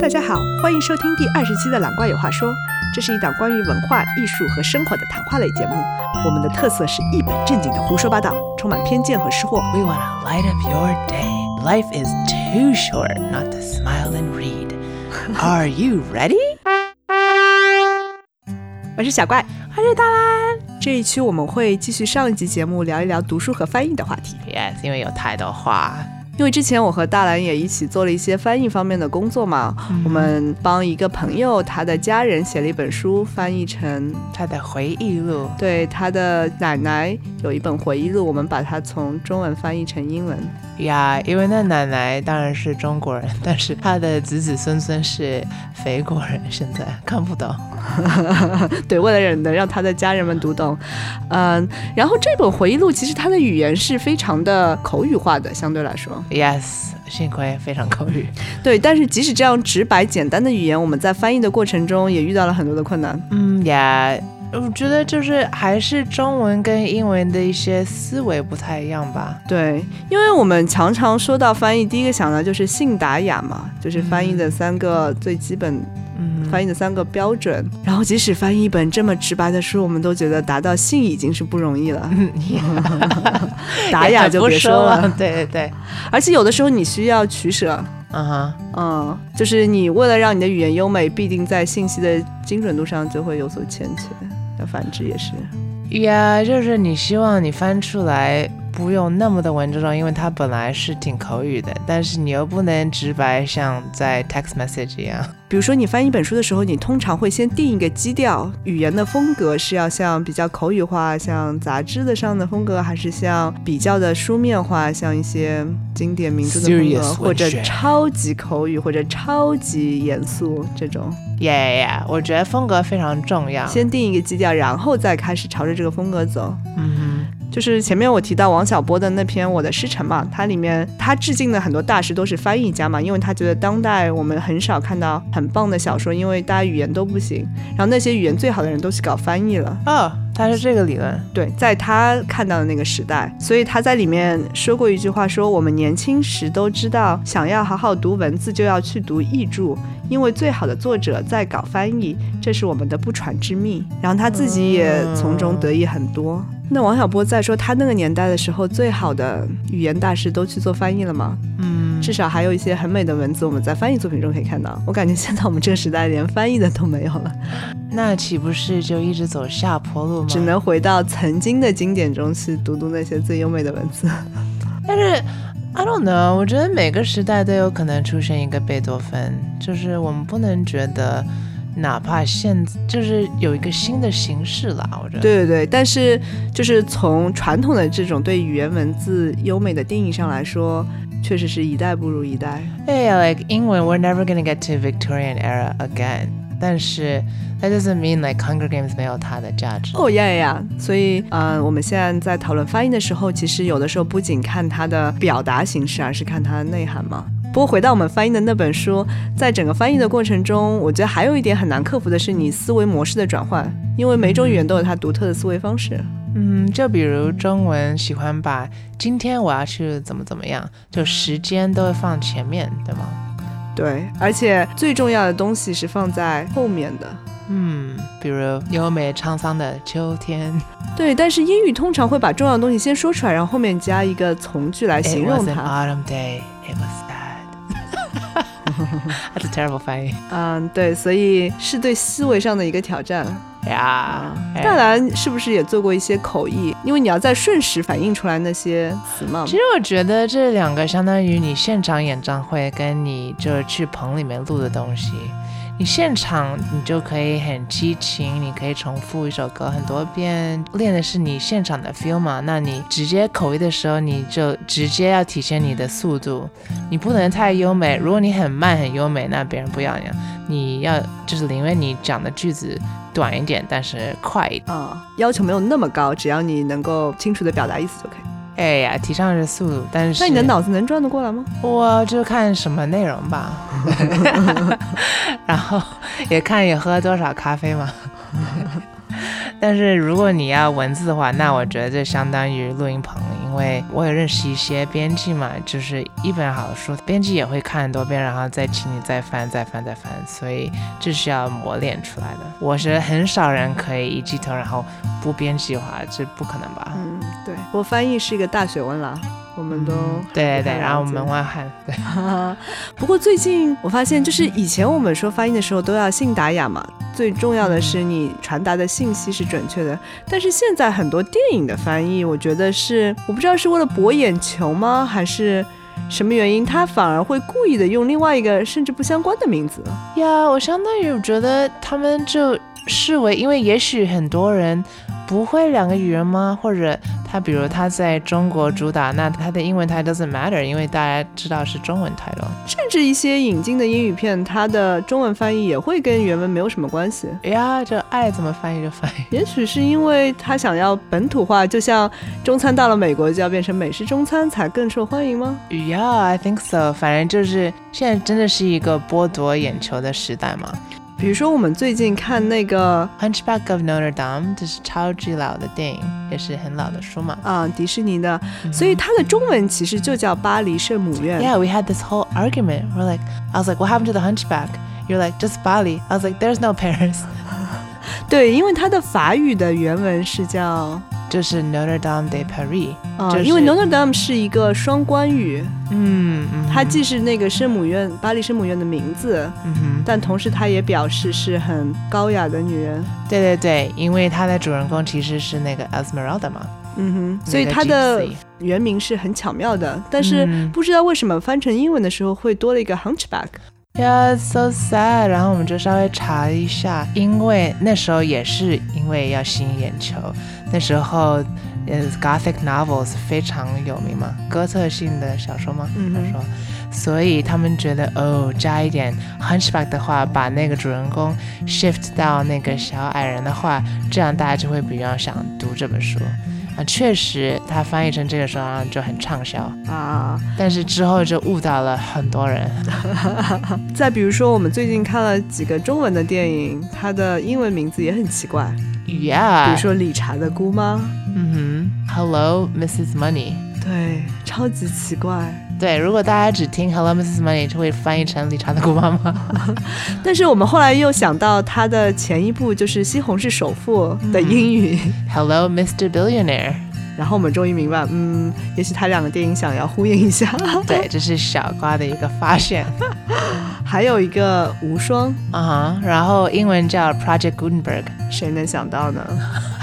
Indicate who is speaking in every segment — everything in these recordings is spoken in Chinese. Speaker 1: 大家好，欢迎收听第二十期的《懒怪有话说》，这是一档关于文化艺术和生活的谈话类节目。我们的特色是一本正经的胡说八道，充满偏见和识货。
Speaker 2: We want to light up your day. Life is too short not to smile and read. Are you ready?
Speaker 1: 我是小怪，
Speaker 2: I did that.
Speaker 1: 这一期我们会继续上一集节目，聊一聊读书和翻译的话题。
Speaker 2: Yes, 因为有太多话。
Speaker 1: 因为之前我和大兰也一起做了一些翻译方面的工作嘛，我们帮一个朋友他的家人写了一本书，翻译成
Speaker 2: 他的回忆录。
Speaker 1: 对他的奶奶有一本回忆录，我们把它从中文翻译成英文。
Speaker 2: 呀，因为那奶奶当然是中国人，但是她的子子孙孙是肥国人，现在看不懂。
Speaker 1: 对，为了忍能让他的家人们读懂，嗯，然后这本回忆录其实它的语言是非常的口语化的，相对来说，
Speaker 2: Yes，幸亏非常口语。
Speaker 1: 对。但是即使这样直白简单的语言，我们在翻译的过程中也遇到了很多的困难。
Speaker 2: 嗯呀，我觉得就是还是中文跟英文的一些思维不太一样吧。
Speaker 1: 对，因为我们常常说到翻译，第一个想到就是信达雅嘛，就是翻译的三个最基本
Speaker 2: 嗯，
Speaker 1: 翻译的三个标准。然后即使翻译一本这么直白的书，我们都觉得达到信已经是不容易了， 达雅就
Speaker 2: 不
Speaker 1: 别
Speaker 2: 说
Speaker 1: 了。
Speaker 2: 对对对，
Speaker 1: 而且有的时候你需要取舍。
Speaker 2: 嗯哼，
Speaker 1: 嗯，就是你为了让你的语言优美，必定在信息的精准度上就会有所欠缺。那反之也是，
Speaker 2: 呀，就是你希望你翻出来不用那么的文绉绉，因为它本来是挺口语的，但是你又不能直白像在 text message 一样。
Speaker 1: 比如说你翻一本书的时候，你通常会先定一个基调，语言的风格是要像比较口语化，像杂志的上的风格，还是像比较的书面化，像一些经典名著的风
Speaker 2: Serious
Speaker 1: 格，或者
Speaker 2: 文学
Speaker 1: 超级口语，或者超级严肃这种。
Speaker 2: 耶耶，我觉得风格非常重要。
Speaker 1: 先定一个基调，然后再开始朝着这个风格走。
Speaker 2: 嗯
Speaker 1: 就是前面我提到王小波的那篇《我的师承》嘛，它里面他致敬的很多大师都是翻译家嘛，因为他觉得当代我们很少看到很棒的小说，因为大家语言都不行，然后那些语言最好的人都去搞翻译了。
Speaker 2: 哼，哦，它是这个理论。
Speaker 1: 对，在他看到的那个时代，所以他在里面说过一句话说，我们年轻时都知道，想要好好读文字，就要去读译著，因为最好的作者在搞翻译，这是我们的不传之秘。然后他自己也从中得益很多。那王小波在说他那个年代的时候，最好的语言大师都去做翻译了嘛？
Speaker 2: 嗯，
Speaker 1: 至少还有一些很美的文字，我们在翻译作品中可以看到。我感觉现在我们这个时代连翻译的都没有了，
Speaker 2: 那岂不是就一直走下坡路吗？
Speaker 1: 只能回到曾经的经典中去读读那些最优美的文 字。
Speaker 2: 但是 I don't know，我觉得每个时代都有可能出现一个贝多芬，就是我们不能觉得，哪怕现就是有一个新的形式啦，我觉得。
Speaker 1: 对对对，但是就是从传统的这种对语言文字优美的定义上来说，确实是一代不如一代。
Speaker 2: Hey, like 英文，we're never gonna get to Victorian era again。但是 that doesn't mean like Hunger Games 没有它的价值。
Speaker 1: 哦呀呀呀！所以，嗯、我们现在在讨论翻译的时候，其实有的时候不仅看它的表达形式，而是看它的内涵嘛。不过回到我们翻译的那本书，在整个翻译的过程中，我觉得还有一点很难克服的是你思维模式的转换，因为每种语言都有它独特的思维方式。
Speaker 2: 嗯，就比如中文喜欢把今天我要去怎么怎么样，就时间都会放前面，对吗？
Speaker 1: 对，而且最重要的东西是放在后面的。
Speaker 2: 嗯，比如优美沧桑的秋天。
Speaker 1: 对，但是英语通常会把重要的东西先说出来，然后后面加一个从句来
Speaker 2: It
Speaker 1: 形
Speaker 2: was
Speaker 1: 容
Speaker 2: an
Speaker 1: 它。
Speaker 2: autumn day. It was sad. That's a terrible 翻译。
Speaker 1: 嗯，对，所以是对思维上的一个挑战。啊
Speaker 2: 呀，
Speaker 1: 大兰哎是不是也做过一些口译？因为你要在瞬时反映出来那些词嘛
Speaker 2: 其。实我觉得这两个相当于你现场演唱会跟你就是去棚里面录的东西。你现场你就可以很激情，你可以重复一首歌很多遍，练的是你现场的 feel 嘛。那你直接口译的时候，你就直接要体现你的速度，你不能太优美。如果你很慢很优美，那别人不要你。你要就是因为你讲的句子短一点，但是快一点。
Speaker 1: 啊、要求没有那么高，只要你能够清楚的表达意思就可以。
Speaker 2: 哎呀，提倡是速度，但是
Speaker 1: 那你的脑子能转得过来吗？
Speaker 2: 我就看什么内容吧， 然后也看也喝多少咖啡嘛。但是如果你要文字的话，那我觉得这相当于录音棚，因为我也认识一些编辑嘛，就是一本好书，编辑也会看很多遍，然后再请你再翻、再翻、再翻，所以这是要磨练出来的。我觉得很少人可以一记头，然后不编辑的话，这不可能吧？
Speaker 1: 嗯，对我翻译是一个大学问了，我们都、
Speaker 2: 对对对，
Speaker 1: 了
Speaker 2: 然后我
Speaker 1: 解
Speaker 2: 门外汉，对，
Speaker 1: 不过最近我发现，就是以前我们说翻译的时候都要信达雅嘛，最重要的是你传达的信息是准确的。但是现在很多电影的翻译，我觉得是我不知道是为了博眼球吗，还是什么原因，他反而会故意的用另外一个甚至不相关的名字。
Speaker 2: 呀我相当于觉得他们就视为，因为也许很多人不会两个语言吗？或者他比如他在中国主打，那他的英文台 doesn't matter，因为大家知道是中文台了。
Speaker 1: 甚至一些引进的英语片，它的中文翻译也会跟原文没有什么关系。
Speaker 2: 呀，这爱怎么翻译就翻译。
Speaker 1: 也许是因为他想要本土化，就像中餐到了美国就要变成美式中餐才更受欢迎吗？
Speaker 2: Yeah，I think so。反正就是现在真的是一个剥夺眼球的时代嘛。
Speaker 1: 比如说我们最近看那个
Speaker 2: Hunchback of Notre Dame 这是超级老的电影，也是很老的书嘛。
Speaker 1: 啊、迪士尼的，
Speaker 2: 嗯
Speaker 1: 所以它的中文其实就叫巴黎圣母院。
Speaker 2: Yeah, we had this whole argument. We're like, I was like, what happened to the hunchback? You're like, just Bali. I was like, there's no Paris.
Speaker 1: 对，因为它的法语的原文是叫啊、
Speaker 2: 就是 Notre Dame de Paris。就是
Speaker 1: 因为 Notre Dame 是一个双关语，
Speaker 2: 嗯嗯，
Speaker 1: 它既是那个圣母院巴黎圣母院的名字，
Speaker 2: 嗯哼，
Speaker 1: 但同时它也表示是很高雅的女人。
Speaker 2: 对对对，因为他的主人公其实是那个 Esmeralda 嘛，
Speaker 1: 嗯哼，所以
Speaker 2: 那个
Speaker 1: 它的
Speaker 2: gypsy
Speaker 1: 原名是很巧妙的，但是
Speaker 2: 嗯
Speaker 1: 不知道为什么翻成英文的时候会多了一个 hunchback。
Speaker 2: Yeah, it's so sad。然后我们就稍微查了一下，因为那时候也是因为要吸引眼球，那时候呃 Gothic novels 非常有名嘛，哥特性的小说嘛，
Speaker 1: 嗯
Speaker 2: 小
Speaker 1: 哼
Speaker 2: 说，所以他们觉得哦，加一点 hunchback 的话，把那个主人公 shift 到那个小矮人的话，这样大家就会比较想读这本书。啊，确实，它翻译成这个时候然后就很畅销，
Speaker 1: 啊，
Speaker 2: 但是之后就误导了很多人。
Speaker 1: 再比如说，我们最近看了几个中文的电影，它的英文名字也很奇怪，比
Speaker 2: Yeah，
Speaker 1: 如说《理查的姑妈》，
Speaker 2: 嗯哼，Hello Mrs Money。
Speaker 1: 对，超级奇怪。
Speaker 2: 对，如果大家只听 Hello Mrs Money，就会翻译成理查的姑妈吗？
Speaker 1: 但是我们后来又想到它的前一部就是《西红柿首富》的英语，
Speaker 2: 嗯 Hello Mr Billionaire。
Speaker 1: 然后我们终于明白，嗯，也许它两个电影想要呼应一下。
Speaker 2: 对，这是小瓜的一个发现
Speaker 1: 还有一个《无双》，
Speaker 2: 啊哈。然后英文叫 Project Gutenberg。
Speaker 1: 谁能想到呢？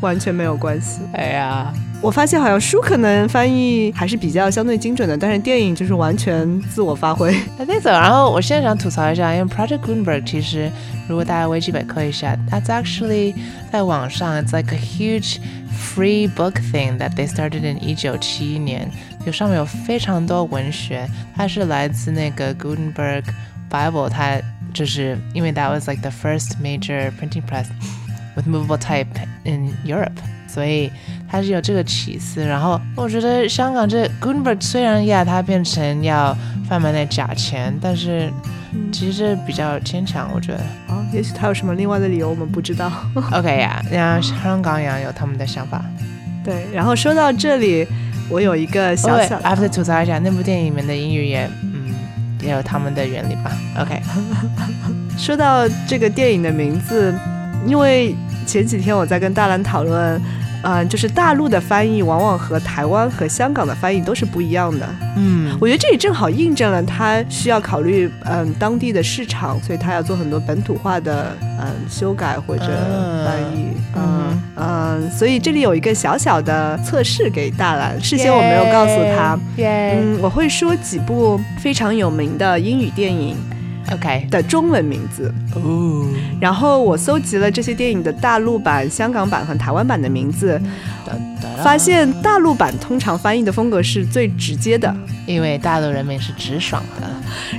Speaker 1: 完全没有关系。
Speaker 2: 哎呀，
Speaker 1: 我发现好像书可能翻译还是比较相对精准的，但是电影就是完全自我发挥。
Speaker 2: 那再走。然后我现在想吐槽一下，因为 Project Gutenberg 其实如果大家维基百科一下，that's actually 在网上，it's like a huge free book thing that they started in 一九七一年，就上面有非常多文学，它是来自那个 Gutenberg Bible，它就是因为 that was like the first major printing press with movable type in Europe。所以它是有这个起司，然后我觉得香港这 Gutenberg 虽然呀，它变成要贩卖的假钱，但是
Speaker 1: 嗯
Speaker 2: 其实这比较牵强，我觉 得。
Speaker 1: 哦，也许他有什么另外的理由，我们不知 道。
Speaker 2: OK 呀、然后香港人有他们的想法。
Speaker 1: 对，然后说到这里，我有一个小
Speaker 2: 对
Speaker 1: 小的
Speaker 2: 哦，after 吐槽一下，那部电影里面的英语也，嗯，也有他们的原理吧。OK，
Speaker 1: 说到这个电影的名字，因为前几天我在跟大兰讨论，嗯、就是大陆的翻译往往和台湾和香港的翻译都是不一样的。
Speaker 2: 嗯，
Speaker 1: 我觉得这也正好印证了他需要考虑嗯当地的市场，所以他要做很多本土化的嗯修改或者
Speaker 2: 嗯
Speaker 1: 翻译。
Speaker 2: 嗯
Speaker 1: 嗯嗯，所以这里有一个小小的测试给大兰，事先我没有告诉他。
Speaker 2: 耶、
Speaker 1: 嗯，我会说几部非常有名的英语电影
Speaker 2: 嗯 OK，
Speaker 1: 的中文名字，
Speaker 2: 哦，
Speaker 1: 然后我搜集了这些电影的大陆版、香港版和台湾版的名字，
Speaker 2: 哒哒哒
Speaker 1: 发现大陆版通常翻译的风格是最直接的，
Speaker 2: 因为大陆人民是直爽的。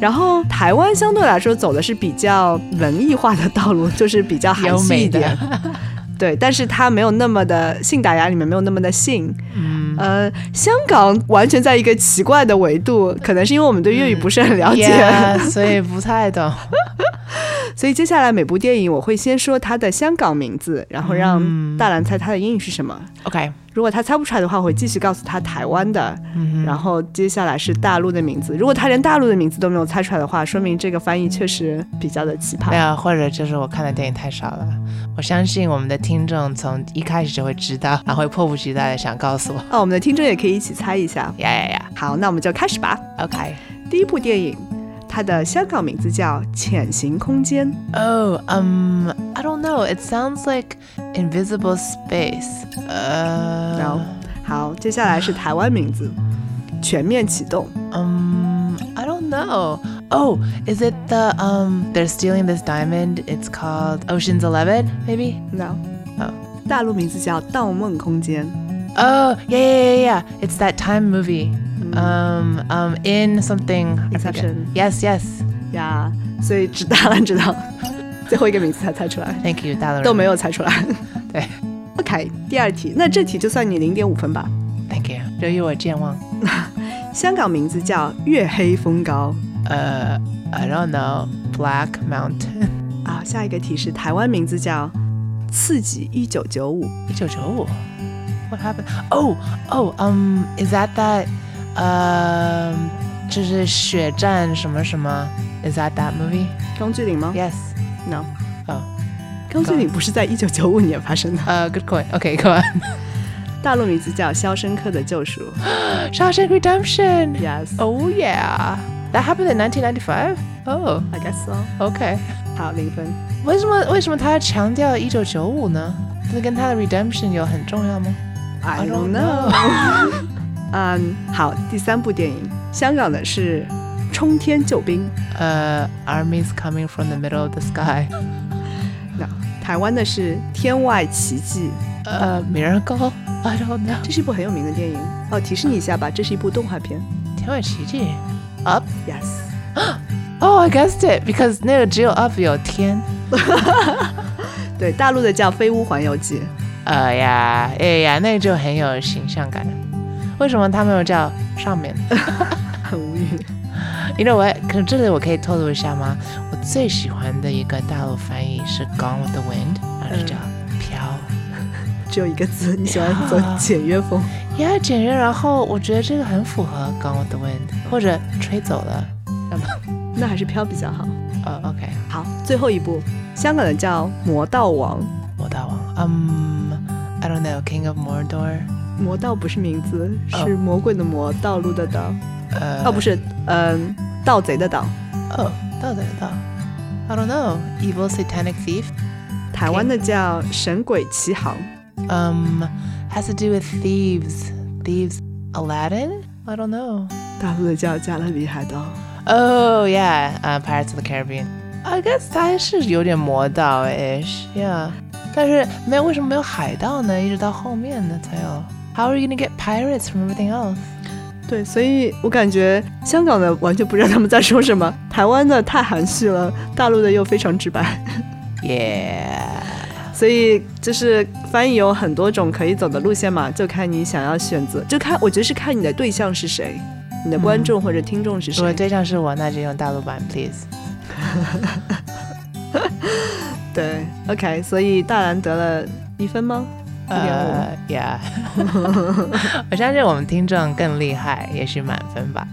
Speaker 1: 然后台湾相对来说走的是比较文艺化的道路，就是比较含
Speaker 2: 优
Speaker 1: 蓄
Speaker 2: 美
Speaker 1: 一
Speaker 2: 的
Speaker 1: 点。对，但是它没有那么的信达雅里面没有那么的信，
Speaker 2: 嗯，
Speaker 1: 呃，香港完全在一个奇怪的
Speaker 2: 嗯
Speaker 1: 维度，可能是因为我们对粤语不是很了解，
Speaker 2: Yeah，所以不太懂。
Speaker 1: 所以接下来每部电影我会先说它的香港名字，然后让
Speaker 2: 嗯
Speaker 1: 大蓝猜它的英语是什么。
Speaker 2: OK，
Speaker 1: 如果他猜不出来的话，我会继续告诉他台湾的，
Speaker 2: 嗯
Speaker 1: 然后接下来是大陆的名字。如果他连大陆的名字都没有猜出来的话，说明这个翻译确实比较的奇
Speaker 2: 没
Speaker 1: 葩。
Speaker 2: 有，或者就是我看的电影太少了。我相信我们的听众从一开始就会知道，然后会迫不及待的想告诉我。
Speaker 1: 哦，我们的听众也可以一起猜一下。
Speaker 2: 呀呀呀
Speaker 1: 好，那我们就开始吧。
Speaker 2: ，OK。
Speaker 1: 第一部电影，它的香港名字叫《潜行空间》。
Speaker 2: Oh, um, I don't know. It sounds like invisible space.
Speaker 1: 然后
Speaker 2: Uh,，
Speaker 1: 好，接下来是台湾名字，《全面启动》。
Speaker 2: um, I don't know. Oh, is it the um? They're stealing this diamond. It's called Ocean's Eleven, maybe.
Speaker 1: No，
Speaker 2: 哦
Speaker 1: 呃大陆名字叫《盗梦空间》。
Speaker 2: Oh, yeah, yeah, yeah, yeah. It's that time movie. Um, um, in something. I forget.
Speaker 1: Inception.
Speaker 2: Yes, yes.
Speaker 1: 呀，所以只大蓝知道 最后一个名字才猜出来。
Speaker 2: Thank you, 大陆人。
Speaker 1: 都没有猜出 来。
Speaker 2: 对
Speaker 1: ，OK，第二题，那这题就算你零点五分吧。
Speaker 2: Thank you. 留意我健忘。
Speaker 1: 香港名字叫月黑风高
Speaker 2: 呃、i Uh, don't know. Black Mountain.
Speaker 1: 啊。下一个题是台湾名字叫刺激一九九五。
Speaker 2: 一九九五。What oh, happened? Oh, oh, um, is that that? 呃、就是血战什么什么？Is that that movie?
Speaker 1: 钢锯岭吗
Speaker 2: Yes.
Speaker 1: No，
Speaker 2: Oh,
Speaker 1: 钢锯岭不是在一九九五年发生的。
Speaker 2: uh, good point. Okay, go on.
Speaker 1: 大陆名字叫《肖申克的救赎》。
Speaker 2: Shawshank Redemption.
Speaker 1: Yes，I、
Speaker 2: Oh yeah. That happened in 1995. Oh,
Speaker 1: guess so。
Speaker 2: okay.
Speaker 1: 好，零分。
Speaker 2: 为什么为什么他要强调一九九五呢？这跟他的 redemption 有很重要吗
Speaker 1: I don't know。嗯，好，第三部电影，香港的是《冲天救兵
Speaker 2: 呃、a r m y s Uh, coming from the middle of the sky.
Speaker 1: 》，no，台湾的是《天外奇迹》。
Speaker 2: 呃、m i r a c l e I don't know.
Speaker 1: 这是一部很有名的电影哦，提示你一下吧，这是一部动画片。
Speaker 2: 天外奇迹，up。
Speaker 1: Yes，
Speaker 2: Oh, I guessed it because 那个只有 up 有天。
Speaker 1: 对，大陆的叫《飞屋环游记
Speaker 2: 呃呀，哎呀，那个就很有形象感。为什么他没有叫上面？》，
Speaker 1: 很无语。
Speaker 2: 因为我可能这里我可以透露一下吗？我最喜欢的一个大陆翻译是《Gone with the Wind》，然后就叫飘。
Speaker 1: 只有一个字，你喜欢走简约 风？
Speaker 2: 呀，简约。然后我觉得这个很符合《Gone with the Wind》，或者吹走了。
Speaker 1: 那还是飘比较好。
Speaker 2: 呃、o k
Speaker 1: 好，最后一部，香港的叫《魔道王》，
Speaker 2: 魔大王。嗯、i don't know, King of Mordor。
Speaker 1: 魔道不是名字，
Speaker 2: 哦
Speaker 1: 是魔鬼的魔，道路的道。
Speaker 2: 呃，
Speaker 1: 哦，不是，嗯，盗贼的盗。
Speaker 2: 哦，到底到，I don't know. Evil satanic thief.
Speaker 1: 台湾的叫《神鬼奇航》。
Speaker 2: Um, has to do with thieves. Thieves. Aladdin. I don't know.
Speaker 1: 大陆的叫《加勒比海盗》，
Speaker 2: Oh yeah. Uh, Pirates of the Caribbean. I guess 它是有点魔道 ish. Yeah. 但是没有为什么没有海盗呢？一直到后面呢才有。How are you gonna get pirates from everything else?
Speaker 1: 对，所以我感觉香港的完全不知道他们在说什么，台湾的太含蓄了，大陆的又非常直白。
Speaker 2: Yeah.
Speaker 1: 所以就是翻译有很多种可以走的路线嘛，就看你想要选择，就看我觉得是看你的对象是谁，你的观众或者听众是
Speaker 2: 如果
Speaker 1: 谁。
Speaker 2: 对象是我，那就用大陆版，please.
Speaker 1: 对，OK，所以大蓝得了一分吗？一点五。
Speaker 2: 呃，Yeah，我 相信我们听众更厉害，也许满分吧。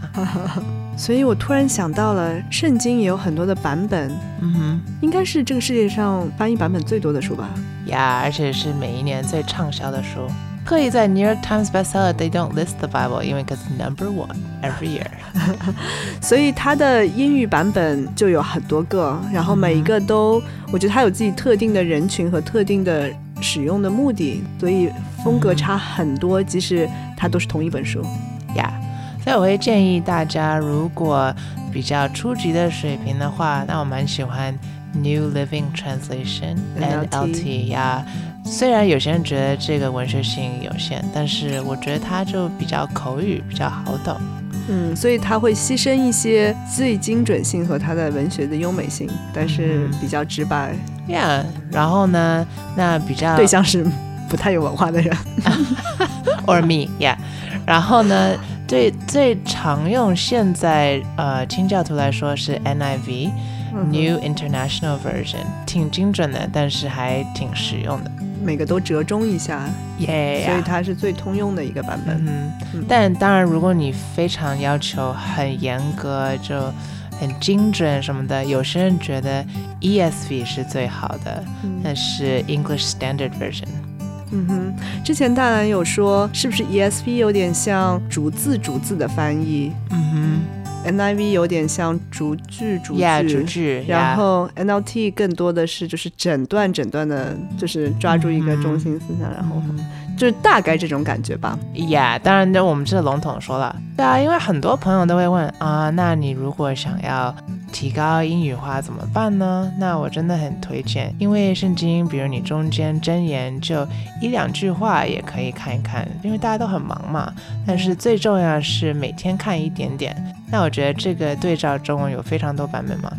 Speaker 1: 所以我突然想到了，圣经也有很多的版本，
Speaker 2: 嗯哼。
Speaker 1: 应该是这个世界上翻译版本最多的书吧。
Speaker 2: 呀，而且是每一年最畅销的书。特意在 New York Times bestseller they don't list the Bible，因为 c a u s e number one every year。
Speaker 1: 所以它的英语版本就有很多个，然后每一个都，我觉得它有自己特定的人群和特定的使用的目的，所以风格差很多，即使它都是同一本书。
Speaker 2: 呀，所以我会建议大家，如果比较初级的水平的话，那我蛮喜欢 New Living Translation
Speaker 1: NLT
Speaker 2: NLT 呀。虽然有些人觉得这个文学性有限，但是我觉得它就比较口语，比较好懂。
Speaker 1: 嗯，所以它会牺牲一些最精准性和它的文学的优美性，但是
Speaker 2: 嗯
Speaker 1: 比较直白，
Speaker 2: 呀，然后呢，那比较
Speaker 1: 对象是不太有文化的人。
Speaker 2: or me，yeah。然后呢，最最常用现在呃清教徒来说是 NIV，
Speaker 1: 嗯
Speaker 2: New International Version，挺精准的，但是还挺实用的。
Speaker 1: 每个都折中一下，
Speaker 2: 耶、
Speaker 1: 所以它是最通用的一个版本。
Speaker 2: 嗯
Speaker 1: 嗯，
Speaker 2: 但当然，如果你非常要求很严格，就很精准什么的，有些人觉得 ESV 是最好的，但是 English Standard Version。
Speaker 1: 嗯哼，之前大兰有说，是不是 ESV 有点像逐字逐字的翻译
Speaker 2: 嗯
Speaker 1: ，NIV 有点像逐句逐
Speaker 2: 哼
Speaker 1: 句。
Speaker 2: ，Yeah，主句，
Speaker 1: 然
Speaker 2: yeah
Speaker 1: 后 NLT 更多的是就是整段整段的，就是抓住一个中心思想，然后
Speaker 2: 嗯
Speaker 1: 就是大概这种感觉吧。
Speaker 2: 呀当然，就我们这笼统说了，对啊，因为很多朋友都会问啊，那你如果想要提高英语化怎么办呢？那我真的很推荐，因为圣经，比如你中间箴言就一两句话也可以看一看，因为大家都很忙嘛。但是最重要的是每天看一点点。那我觉得这个对照中文有非常多版本嘛，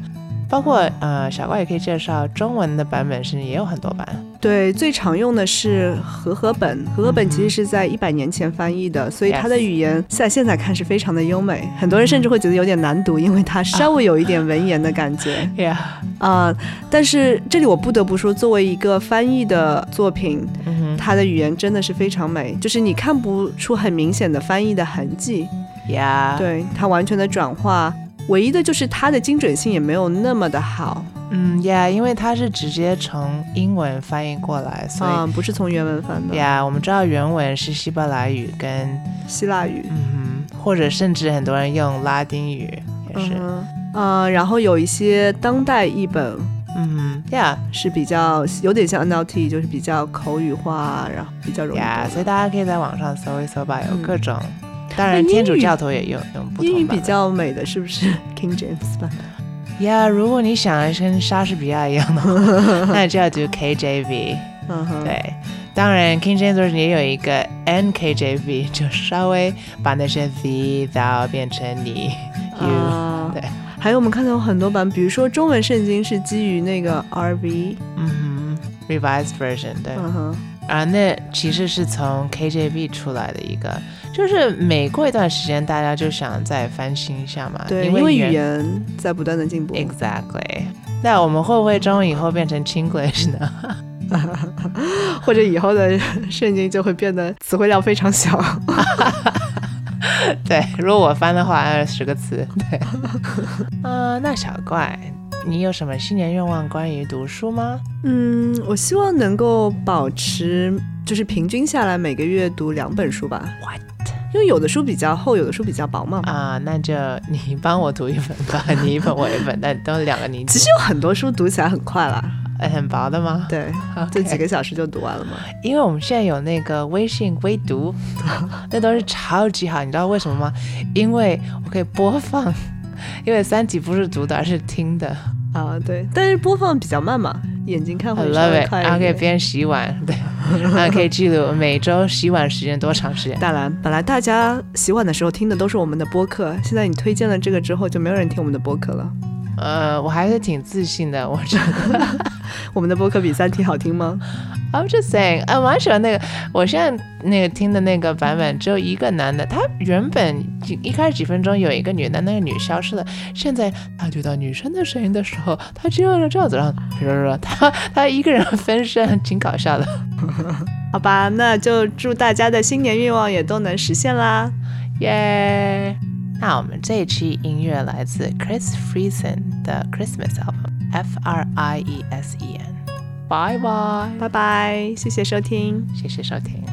Speaker 2: 包括呃，小怪也可以介绍中文的版本是也有很多版。
Speaker 1: 对，最常用的是和合本，和合本其实是在一百年前翻译的，所以它的
Speaker 2: 嗯 Yes
Speaker 1: 语言在现在看是非常的优美，很多人甚至会觉得有点难读，因为它稍微有一点文言的感觉。
Speaker 2: 呀，
Speaker 1: 啊、但是这里我不得不说，作为一个翻译的作品，
Speaker 2: 嗯
Speaker 1: 它的语言真的是非常美，就是你看不出很明显的翻译的痕迹，
Speaker 2: 哼，呀，，
Speaker 1: 对它完全的转化，唯一的就是它的精准性也没有那么的好，
Speaker 2: 嗯呀因为它是直接从英文翻译过来，所
Speaker 1: 啊、
Speaker 2: 以
Speaker 1: 不是从原文翻的
Speaker 2: 呀我们知道原文是希伯来语跟
Speaker 1: 希腊语，
Speaker 2: 嗯哼，或者甚至很多人用拉丁语也是，
Speaker 1: 嗯哼呃，然后有一些当代译本
Speaker 2: 嗯哼呀
Speaker 1: 是比较有点像 NLT，就是比较口语化，然后比较容易
Speaker 2: 呀，
Speaker 1: 懂。
Speaker 2: 所以大家可以在网上搜一搜吧，有
Speaker 1: 嗯
Speaker 2: 各种。
Speaker 1: 那
Speaker 2: 当然，
Speaker 1: 英
Speaker 2: 天主
Speaker 1: 语
Speaker 2: 教徒也用用不
Speaker 1: 英语
Speaker 2: 同版
Speaker 1: 比
Speaker 2: 本
Speaker 1: 较美的是不是 King James 版？
Speaker 2: 呀。如果你想要跟莎士比亚一样的 话，那就要读 KJV。
Speaker 1: 嗯哼，
Speaker 2: 对，当然 King James Version 也有一个 NKJV，就 稍微把那些 V 到变成你 you。
Speaker 1: 啊
Speaker 2: 对
Speaker 1: 还有我们看到有很多版，比如说中文圣经是基于那个 RV，
Speaker 2: 嗯哼，revised version 对、
Speaker 1: 嗯哼，
Speaker 2: 啊，那其实是从 KJV 出来的一个，就是每过一段时间大家就想再翻新一下嘛，
Speaker 1: 对，
Speaker 2: 呃因
Speaker 1: 因为
Speaker 2: 原
Speaker 1: 语言在不断的进步。
Speaker 2: exactly。那我们会不会中文以后变成 Chinglish 呢？
Speaker 1: 或者以后的圣经就会变得词汇量非常 小。
Speaker 2: 对，如果我翻的话，二十个词。 对，啊、那小怪，你有什么新年愿望关于读书吗？
Speaker 1: 嗯，我希望能够保持，就是平均下来每个月读两本书吧。
Speaker 2: What？
Speaker 1: 因为有的书比较厚，有的书比较薄嘛。
Speaker 2: 啊、那就你帮我读一本吧， 你一本我一本，但都两个你读
Speaker 1: 其实有很多书读起来很快啦，
Speaker 2: 呃很薄的吗？
Speaker 1: 对，就
Speaker 2: 这
Speaker 1: 几个小时就读完了嘛。
Speaker 2: 因为我们现在有那个微信微 读，那都是超级好，你知道为什么吗？因为我可以播放，因为三级不是读的，而是听的。
Speaker 1: 啊、对，但是播放比较慢嘛，眼睛看
Speaker 2: I
Speaker 1: 会稍
Speaker 2: love
Speaker 1: 微
Speaker 2: it，
Speaker 1: 快
Speaker 2: 然后
Speaker 1: 一
Speaker 2: 可以
Speaker 1: 点。
Speaker 2: 边洗碗，对，然后可以记录每周洗碗时间多长时间。
Speaker 1: 大兰，本来大家洗碗的时候听的都是我们的播客，现在你推荐了这个之后，就没有人听我们的播客了。
Speaker 2: 呃，我还是挺自信的，我觉得。
Speaker 1: 我们的播客比《三体》好听吗？
Speaker 2: I'm just saying，我哎蛮喜欢那个，我现在那个听的那个版本只有一个男的，他原本几一开始几分钟有一个女的，那个女消失了，现在他听到女生的声音的时候，他只有这样子，然后他他一个人分身，挺搞笑的。
Speaker 1: 好吧，那就祝大家的新年愿望也都能实现啦！
Speaker 2: 耶、那我们这一期音乐来自 Chris Friesen 的 Christmas album，F R I E S E N。拜拜，
Speaker 1: 拜拜，谢谢收听。
Speaker 2: 谢谢收听。